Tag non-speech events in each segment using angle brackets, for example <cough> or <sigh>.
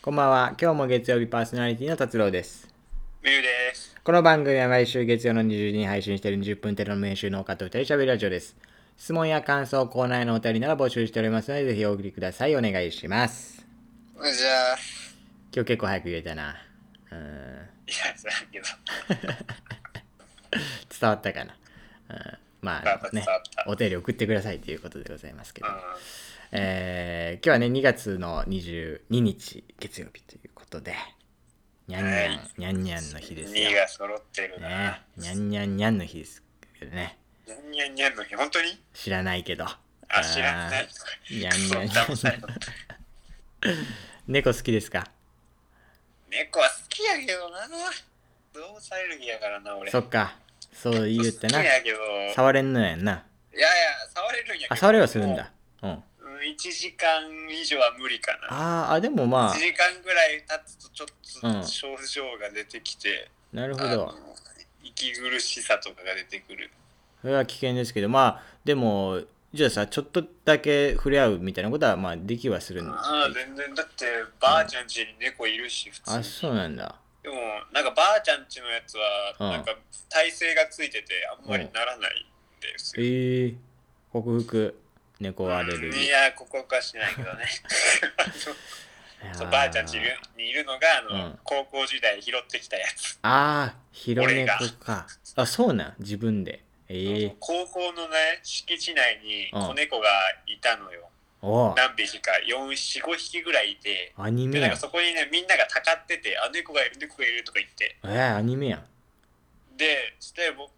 こんばんは。今日も月曜日パーソナリティの達郎です。ミュウです。この番組は毎週月曜の20時に配信している10分程度の名集の方と二人喋るラジオです。質問や感想、コーナーへのお便りなら募集しておりますので、ぜひお送りください。お願いします。じゃあ、今日結構早く言えたな。うーん。いや、そうやけど。伝わったかな。うん、ま伝わっあたね伝わった、お便り送ってくださいということでございますけど。うえー今日はね、2月の22日、月曜日ということで、にゃんにゃんはい、にゃんにゃんの日ですん。よ。 2が揃ってるねな。にゃんにゃんにゃんの日ですけどね。にゃんにゃんにゃんの日、本当に知らないけど。あ、知らなあい。ーにゃんにゃんにゃそう騙されん。た猫好きですか猫は好きやけどな。動物アレルギーやからな、俺。そっか。そう言うてな好き。やけど。触れんのやんな。いやいや、触れるんやけど。あ、触れはするんだ。うん。あもう。うん、1時間以上は無理かな。ーあ、でもま1時間ぐらい経つとちょうっんと症状が出てきて、あ、なるほあどの。息苦しさとかが出てくる。それは危険ですけど、まあ、でも、じゃあさ、ちょっとだけ触れ合うみたいなことは、まあ、できはするんだ。ああ全然だってばあちゃん家に猫いるし普通にあ、そうなんだ。でもなんかばあちゃん家のやつはうんなんか体勢がついててあんまりならないんですよ、ええー、克服、猫アレルギー。いやここかしないけ <laughs> どねあのそうばあちゃん家いやーにいるのがあの、うん高校時代拾ってきたやつ、ああ、広俺が猫か。あ、そうなん、自分で。ええー。高校のね敷地内にうん子猫がいたのよ、おう何匹か445匹ぐらいいてアニメでなやんかん。そこにねみんながたかっててあ猫がいる猫がいるとか言ってえー、アニメやん。でしてぼ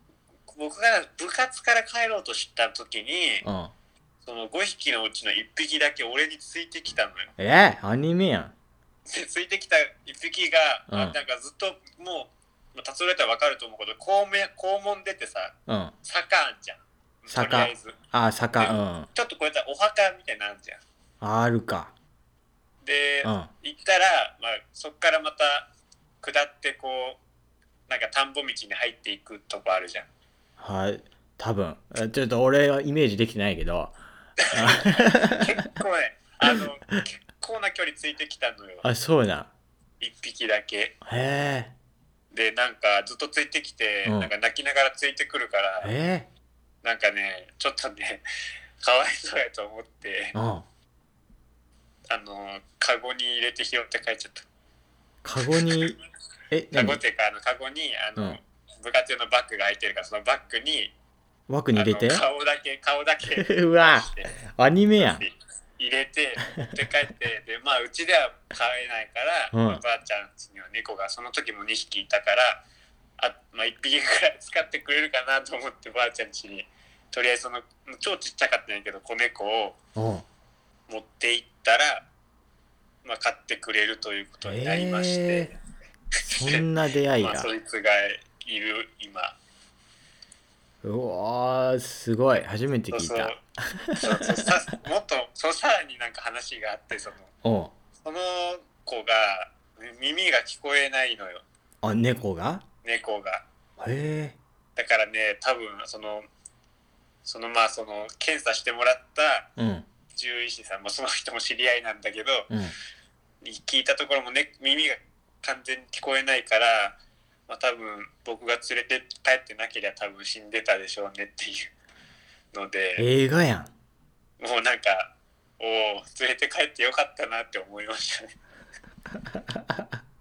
僕が部活から帰ろうとした時にうん。その5匹のうちの1匹だけ俺についてきたのよ <laughs> えー、アニメやん。でついてきた1匹が、うんあなんかずっともうまあ達郎やったら分かると思うけど校門校門出てさうん。坂あんじゃん坂とりあえずあー、坂、うん。ちょっとこうやったらお墓みたいなのあんじゃんあるか。で、うん。行ったら、まあ、そっからまた下ってこうなんか田んぼ道に入っていくとこあるじゃんはい。多分。えちょっと俺はイメージできてないけど。結構ね <laughs> あの結構な距離ついてきたのよあ、そうなん。一匹だけへえ。でなんかずっとついてきて、うんなんか泣きながらついてくるからえなんかねちょっとね <laughs> かわいそうやと思ってー、うん。あのカゴに入れて拾って帰っちゃったカゴに、え、カ何ゴっていうかあのカゴにあの、うん部活用のバッグが空いてるからそのバッグに枠に入れてあの顔だけ顔だけ <laughs> うわしてアニメやん。入れて持って帰 <laughs> ってでまあうちでは飼えないから、うんおばあちゃん家には猫がその時も2匹いたからあ、まあ、1匹ぐらい使ってくれるかなと思ってばあちゃん家にとりあえずその超ちっちゃかったんやけど子猫をうん。持って行ったら、まあ、飼ってくれるということになりまして、そんな出会いまあ、が。そいつがいる今うわー、すごい。初めて聞いた。そうそうそうさもっとそうさらになんか話があってその。うん。その子が耳が聞こえないのよあ、猫が猫がへえ。だからね多分そのそのまあその検査してもらったうん。獣医師さんもその人も知り合いなんだけどうん。聞いたところも、ね、耳が完全に聞こえないから、まあ、多分僕が連れて帰ってなければ多分死んでたでしょうねっていうので映画やん。もうなんかおお連れて帰ってよかったなって思いましたね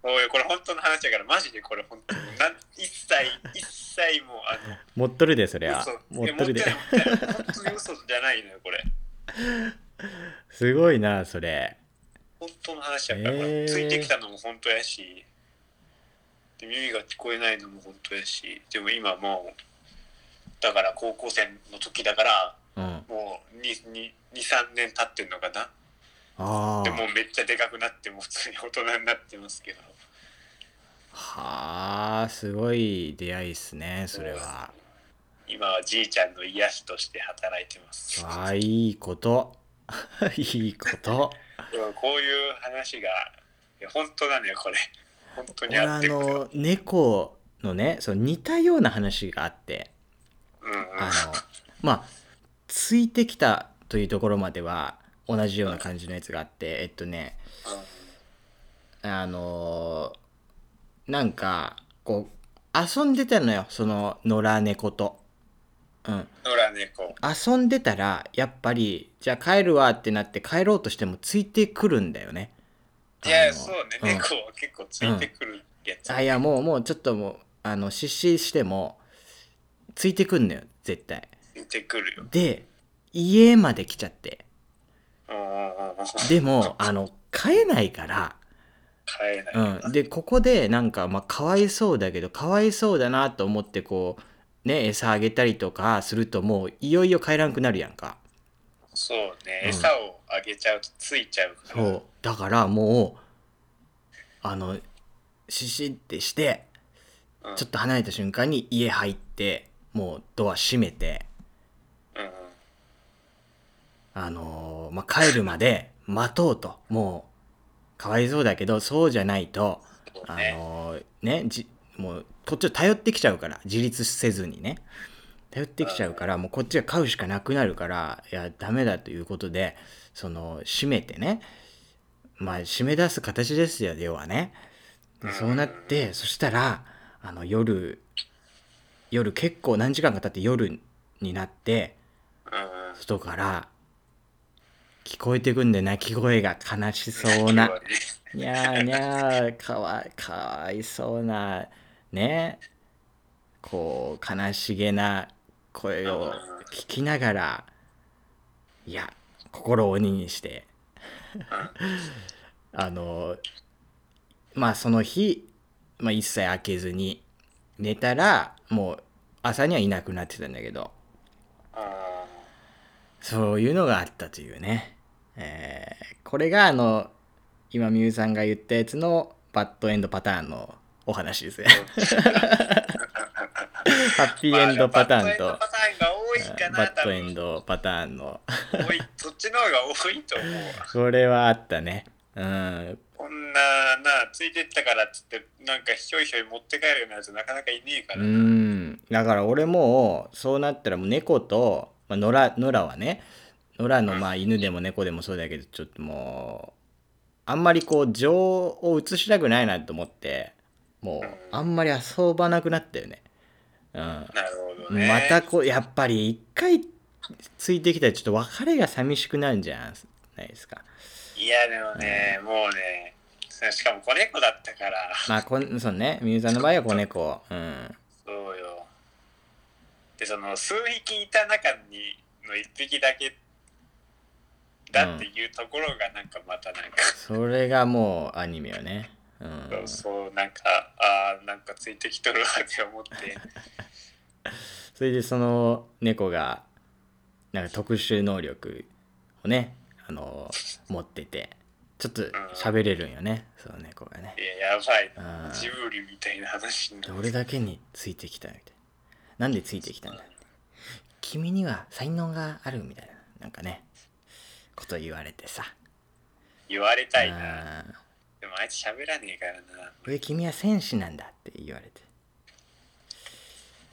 <laughs> おいこれ本当の話だからマジでこれ本当になん一切一切もうあの持っとるで、そりゃ嘘。持っとるいで。や持ってない持ってない本当に嘘じゃないのよこれすごいな、それ。本当の話やから、こへーれついてきたのも本当やしで耳が聞こえないのも本当やしでも今もうだから高校生の時だからうん。あもう23年経ってんのかなあでー。もうめっちゃでかくなってもう普通に大人になってますけどはあ、すごい出会いっすね、それは。今はじいちゃんの癒しとして働いてますああ、いいこと。 <laughs> いいこと。でもこういう話がいや本当なのよこれ本当に俺ああってるからの猫のねその似たような話があってうんうんあのまあついてきたというところまでは同じような感じのやつがあってえっとねあのーなんかこう遊んでたのよその野良猫と。うん、野良猫。遊んでたらやっぱりじゃあ帰るわってなって帰ろうとしてもついてくるんだよね。いあのや、そうね、うん猫は結構ついてくるやつ。あいやもうもうちょっともうあの失神してもついてくんのよ絶対ついてくるよ。で家まで来ちゃってうんうんうんうんでもあの飼えないから、飼えない。うん、でここでなんかまあかわいそうだけどかわいそうだなと思ってこうね餌あげたりとかするともういよいよ帰らんくなるやんかそうね、うん餌をあげちゃうとついちゃうから。そうだからもうあのシシってしてうんちょっと離れた瞬間に家入ってもうドア閉めてうんうんあのーまあ、帰るまで待とうと。もう、かわいそうだけど、そうじゃないと、そうあね。のーね、じ、もう、こっちを頼ってきちゃうから、自立せずにね。頼ってきちゃうから、もうこっちが飼うしかなくなるから、いや、ダメだということで、その、締めてね。まあ、締め出す形ですよ、要はね。でそうなって、そしたら、あの、夜、夜結構何時間か経って夜になって、うんうん外から聞こえてくんで泣き声が悲しそう <laughs> な今日はねにゃーにゃーかわかわいそうなねこう悲しげな声を聞きながらいや心を鬼にして <laughs> あのまあその日、まあ、一切開けずに寝たらもう朝にはいなくなってたんだけど。あそういうのがあったというね。えーこれがあの、今みゆさんが言ったやつのバッドエンドパターンのお話ですね。ハッピーまあーエンドパターンと、バッドエンドパターンが多いえかーバな、ッ多ドエン分。ドパターンの。多い、そっちの方が多いと思う <laughs> わ。これはあったね。うん。こんななついてったからっつってなんかひょいひょい持って帰るようなやつなかなかいねえかうら、ん。だから俺も、そうなったらもう猫と、まあ、野良、野良はね、野良のまあ犬でも猫でもそうだけど、ちょっともう、あんまりこう情を移したくないなと思ってもうあんまり遊ばなくなったよね、うんなるほどねまたこうやっぱり一回ついてきたらちょっと別れが寂しくなるんじゃないですかいやでもね、もうねしかも子猫だったからまあこんそうねみゆさんの場合は子猫うんそうよでその数匹いた中にの1匹だけだっていうところがなんかまたなんか、それがもうアニメよねうそんうそうなんかああなんかついてきとるわって思ってそれでその猫がなんか特殊能力をねあの持っててちょっと喋れるんよねその猫がねいややばいうんジブリみたいな話になでる俺だけについてきたみたいななんでついてきたんだ君には才能があるみたいななんかねこと言われてさ、言われたいなあーでもあいつ喋らねえからな俺君は戦士なんだって言われて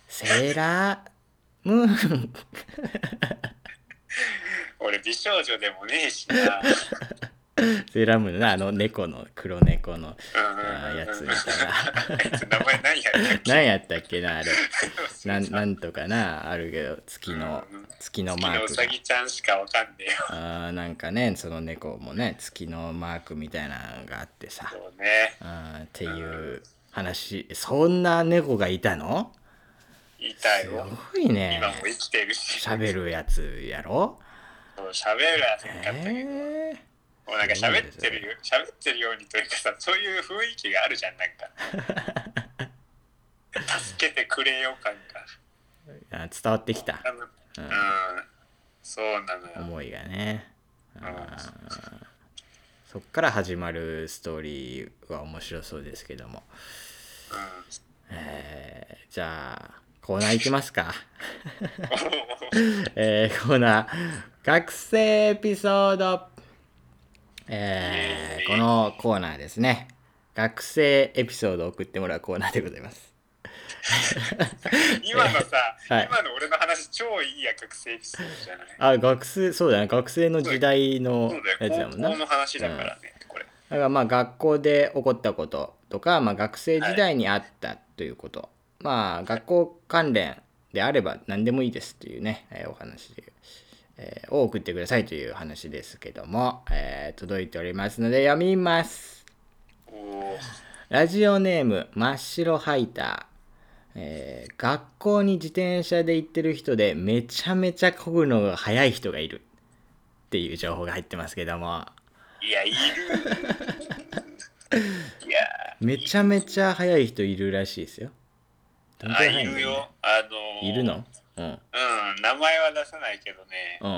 セーラームーン <laughs> 俺美少女でもねえしなセーラームーンのなあの猫の黒猫のうんあーやつみ <laughs> あいつ名前何やったっ <laughs> け何やったっけなあ <laughs> れなんなんとかなあるけど月のうん月のマ昨日ーうクがさぎちゃんしかわかんねえよあーなんかねその猫もね月のマークみたいなのがあってさそうねあーっていう話そんな猫がいたの言いたいすよごいね今も生きてるし喋るやつやろそう喋るやつなかったけど、えー <laughs> もうなんか喋ってるよ喋ってるようにというかさそういう雰囲気があるじゃんなんか助けてくれよ感かあ伝わってきたあのうん、そうなのよ思いがねあんーそっから始まるストーリーは面白そうですけども、えーじゃあコーナーいきますか <laughs> えーコーナー学生エピソード、えーこのコーナーですね学生エピソードを送ってもらうコーナーでございます今のさ、 <laughs> はい今の俺の話超いいや学生エピソードじゃないあ学生そうだね学生の時代のそうだやつだよもんな高校の話だからね、これだからまあ学校で起こったこととか、まあ、学生時代にあったということ、まあ学校関連であれば何でもいいですというね、えーお話で、えーを送ってくださいという話ですけども、えー届いておりますので読みます。おーラジオネーム真っ白ハイター。えー学校に自転車で行ってる人でめちゃめちゃ漕ぐのが速い人がいるっていう情報が入ってますけどもいやいる <laughs> いやめちゃめちゃ速い人いるらしいですよ。どんくあら速いんだろるうねよあのーいるのうん。うん名前は出さないけどねうん。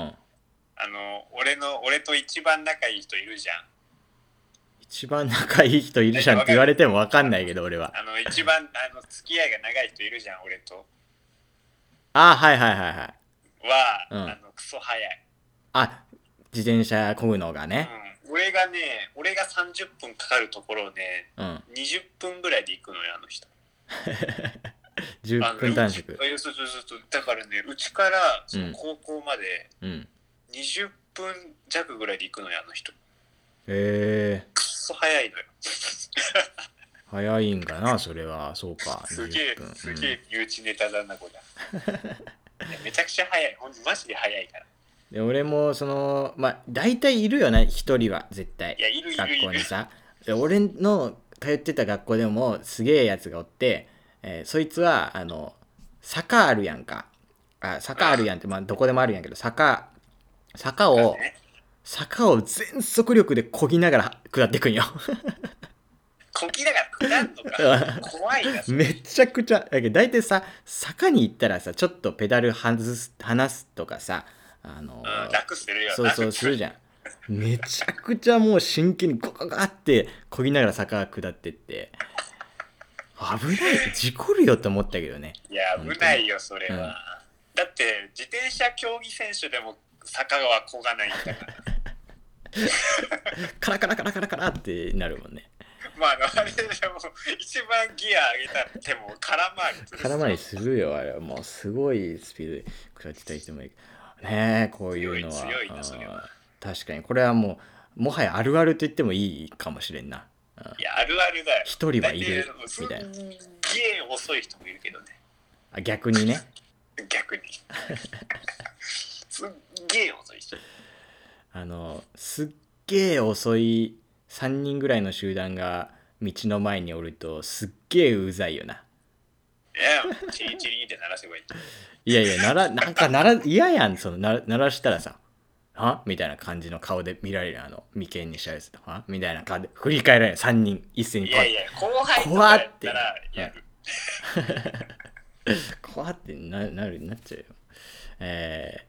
あの俺の俺と一番仲いい人いるじゃん一番仲いい人いるじゃんって言われても分かんないけど、俺は。あの一番 <laughs> あの付き合いが長い人いるじゃん俺とあ、はいはいはいはい。は、うんあのクソ早い、あ、自転車漕ぐのがね。うん、俺がね俺が30分かかるところをねうん。 20分ぐらいで行くのよあの人あ10の分短縮う。ちあそうそうそうそうだからねうちからそうんの高校までうん。 20分弱ぐらいで行くのよあの人へえくっそ早いのよー、早いんかな、それは。そうか。すげえ20分すげえ身内ネタだなこ <laughs> りゃいやめちゃくちゃ早いほんとマジで早いからうんで、俺も、その、まあ、大体いるよね、一人は、絶対い。やいるいる学い校るにさで俺の通ってた学校でもすげえやつがおって、えーそいつはあの坂あるやんかあ坂あるやんって、まあ、どこでもあるやんけど坂坂をね坂を全速力で漕ぎながら下って <laughs> くんよこきながら下んのか怖いなそれめちゃくちゃだけど大体さ坂に行ったらさちょっとペダル外す離すとかさあのーうん、楽してるよそうそうするじゃんゃんめちゃくちゃもう真剣にゴガガってこぎながら坂下ってって危ない事故るよって思ったけどねいや危ないよそれは、うんだって自転車競技選手でも坂はこがないんだから <laughs> カラカラカラカラカラってなるもんねまああのあれでも一番ギア上げたっても空回りする空回りするよあれはもうすごいスピードで食らってた人もいるねえこういうのは強い強いなそれはうん確かにこれはもうもはやあるあると言ってもいいかもしれんないやあるあるだよ一人はいるだってみたいなすんげえ遅い人もいるけどねあ逆にね逆 <laughs> にすっげえ遅い人あのすっげえ遅い3人ぐらいの集団が道の前におるとすっげえうざいよないやチリチリって鳴らせばいいいやいやなら <laughs> なんかなら嫌やんそのな鳴らしたらさ「はみたいな感じの顔で見られるあの眉間にしたやつはみたいな顔で振り返られる3人一斉にいパやッいや後輩とかやった怖らっやる怖ってななるなっちゃうよえー、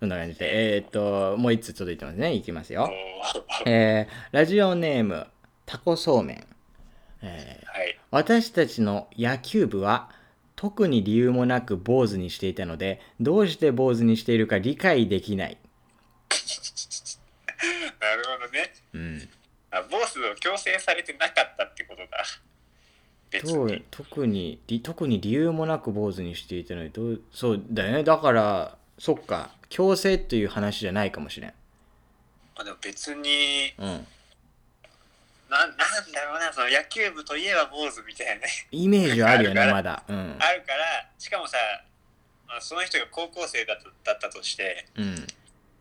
そんな感じでえー、っともう1つ届いてますねいきますよおーえー、ラジオネームタコそうめんえーはい私たちの野球部は特に理由もなく坊主にしていたのでどうして坊主にしているか理解できない、なるほどねうん、あボスを強制されてなかったってことだ別どうに特にり特に理由もなく坊主にしていたのでどうそうだよねだからそっか強制という話じゃないかもしれん、まあでも別にうん、ななんだろうなその野球部といえば坊主みたいなねイメージはあるよあねる <laughs> からまだうんあるからしかもさ、まあ、その人が高校生だとだったとしてうん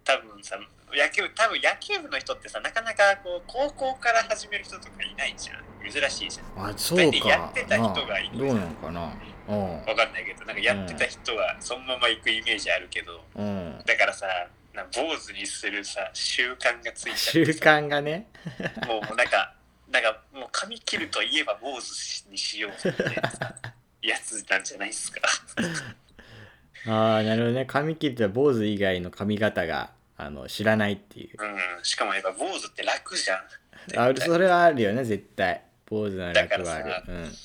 多分さ野球多分野球部の人ってさなかなかこう高校から始める人とかいないじゃん珍しいじゃんあそうかやってた人がいるなあどうなのかなうんわかんないけどなんかやってた人はそのまま行くイメージあるけどうんだからさな坊主にするさ習慣がついちゃってさ習慣がねもうなんか、なんかもう髪切るといえば坊主にしようみたいなやつなんじゃないですか。ああなるほどね髪切った坊主以外の髪型があの知らないっていううん、しかもやっぱ坊主って楽じゃん。あ絶対それはあるよね絶対坊主なら楽はあだかるなんか、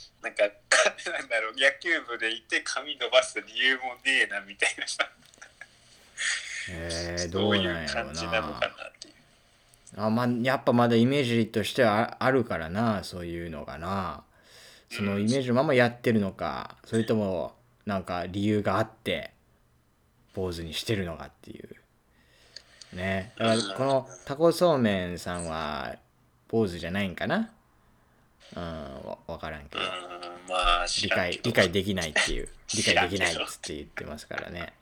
かなんだろう、野球部でいて髪伸ばす理由もねえなみたいなさ、うん、え <laughs> ー、どそうなんういやうろ感うじなのなかなっていう。あ、まあ、やっぱまだイメージとしてはああるからなそういうのがなそのうんイメージのままやってるのかそれともなんか理由があって坊主にしてるのかっていうねだからこのタコそうめんさんは坊主じゃないんかなうんわ分からんけうどん、まあ、理知らん解けど理解できないっていう理 <laughs> 知ら解んでけきどないっつって言ってますからね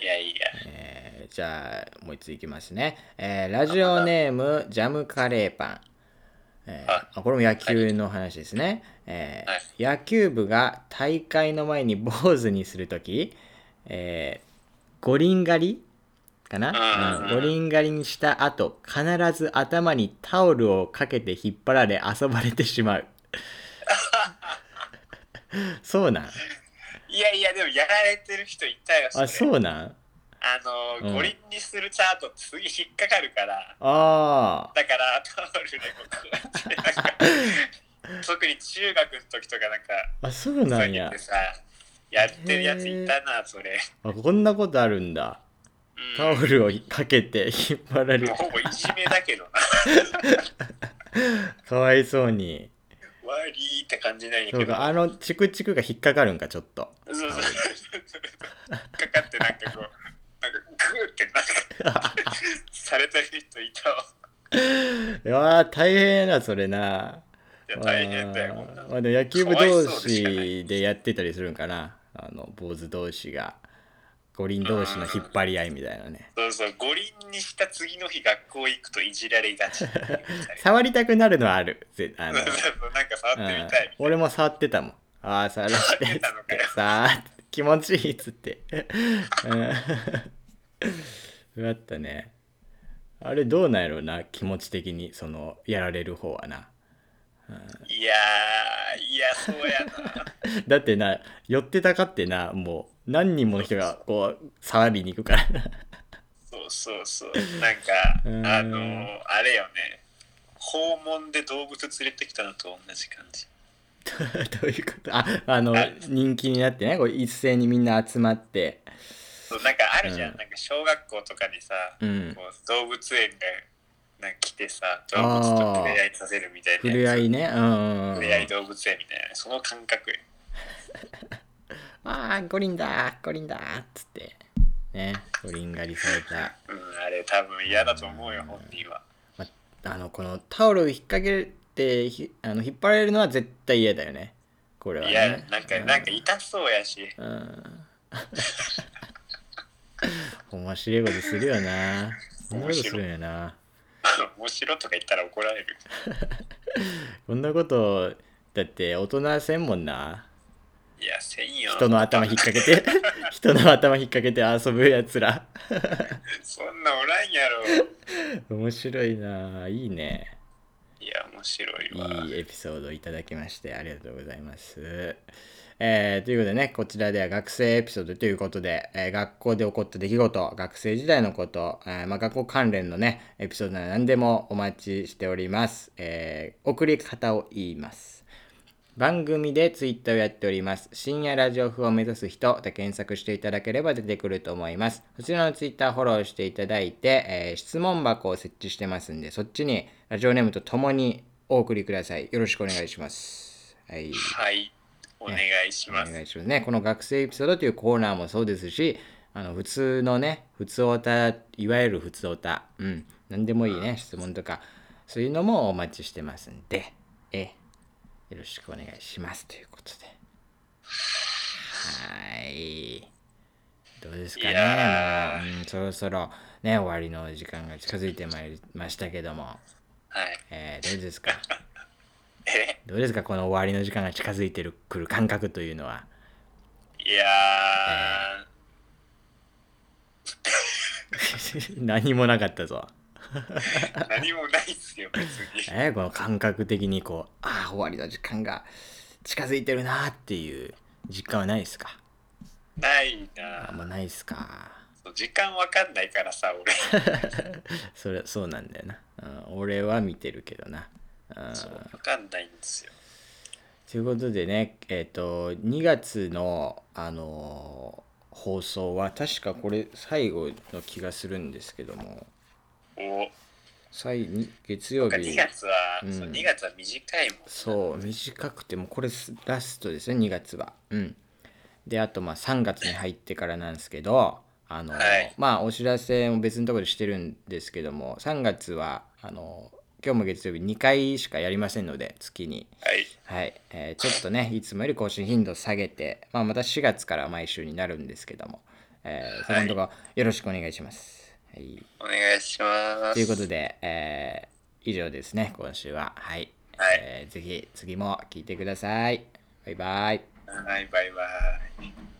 いやいや、えーじゃあもう一ついきますね、えーラジオネームジャムカレーパン、えーはいあこれも野球の話ですね、えーはい野球部が大会の前に坊主にするとき、えー五輪狩りかな、ううんん五輪狩りにした後必ず頭にタオルをかけて引っ張られ遊ばれてし <laughs> まうそうなんいやいや、でもやられてる人いたよ。あそれそうなんあの、うん五輪にするチャートってすげえ引っかかるから、あだからタオルでこうや <laughs> って、なんか特に中学の時とかなんか、ーあそうそうないんうのやってさ、やってるやついたな、それ。あこんなことあるんだうんタオルをかけて引っ張られるもうほぼいじめだけどな。かわいそうにわりーって感じなんやそけうど。かあのチクチクが引っかかるんかちょっとそうそう。かかってなんかこう、なんかグーってなんかされてる人いたわ。いやー大変やなそれないや大変だよ、こんなあーのまあ、でも野球部かわいそう同でしかない士でやってたりするんかなあの坊主同士が五輪同士の引っ張り合いみたいなねそうそう、五輪にした次の日学校行くといじられがち。触りたくなるのはあるぜあ <laughs> のそうそうなんか触ってうみんたい。俺も触ってたもんああ触らせてっつっ触っててさあ気持ちいいっつってうんあったねあれどうなんやろうな気持ち的にそのやられる方はないやー、いや、そうやな。だってな寄ってたかってなもう何人もの人がこう触りに行くから <laughs> なそうそうそう。なんか、うんあのー、あれよね。訪問で動物連れてきたのと同じ感じ。どういうことああの人気になってねこう一斉にみんな集まってそうなんかあるじゃん、うんなんか小学校とかにさ、うんこう動物園がなんか来てさ動物と触れ合いさせるみたいふなれやあついねうんうんうん触れ合い動物園みたいなその感覚ああ、五輪だー、五輪だーっつって。ね、五輪狩りされた。うんあれ多分嫌だと思うよ本人はま、あの、このタオルを引っ掛けて、ひあの引っ張られるのは絶対嫌だよね。これはいね。やなんかなんか痛そうやし <laughs> うん。 <laughs> うん。面白いことするよな。こんなことするよな。面白とか言ったら怒られるこんなこと、だって大人せんもんな。いやせんよ人の頭引っ掛け <laughs> て、人の頭引っ掛けて遊ぶやつら。そんなおらんやろ面白いな。いいね。いや面白いわいいエピソードをいただきましてありがとうございます。えーということでね、こちらでは学生エピソードということで、えー学校で起こった出来事、学生時代のこと、えーまあ、学校関連のね、エピソードなら何でもお待ちしております。えー送り方を言います。番組でツイッターをやっております。深夜ラジオ風を目指す人で検索していただければ出てくると思います。そちらのツイッターフォローしていただいて、えー質問箱を設置してますんで、そっちにラジオネームとともにお送りください。よろしくお願いします。はい。はいお願いしおます、願いしますね。この学生エピソードというコーナーもそうですし、あの普通のね、普通おた、いわゆる普通おた、うん、なんでもいいね、質問とか、そういうのもお待ちしてますんで、ええ、よろしくお願いしますということで。はい。どうですかねいやもううん、そろそろね、終わりの時間が近づいてまいりましたけども、はいえーどうですかえどうですかこの終わりの時間が近づいてるくる感覚というのは。いやー、 <laughs> 何もなかったぞ。何もないっすよ別にえーこの感覚的にこう、ああ、終わりの時間が近づいてるなーっていう実感はないですかないあなんまないですか。 <laughs> そう時間わかんないからさ俺それ、そうなんだよな。うん、俺は見てるけどな。うんそうわかんないんですよということでね、えっ、と、2月の、あのー放送は、確かこれ最後の気がするんですけども、お最に月曜日2。月は、うんそう2月は短いもんそう短くてもうこれすラストですね2月はうんであとまあ3月に入ってからなんですけどあの、はいまあお知らせも別のところでしてるんですけども3月はあの今日も月曜日2回しかやりませんので、月に。はい。はい、えーちょっとね、いつもより更新頻度下げて、まあ、また4月から毎週になるんですけども、えー、そこのとこよろしくお願いします。はい、お願いします。ということで、えー以上ですね、今週は。はい、はいえーぜひ次も聞いてください。バイバイ。はい、バイバイ。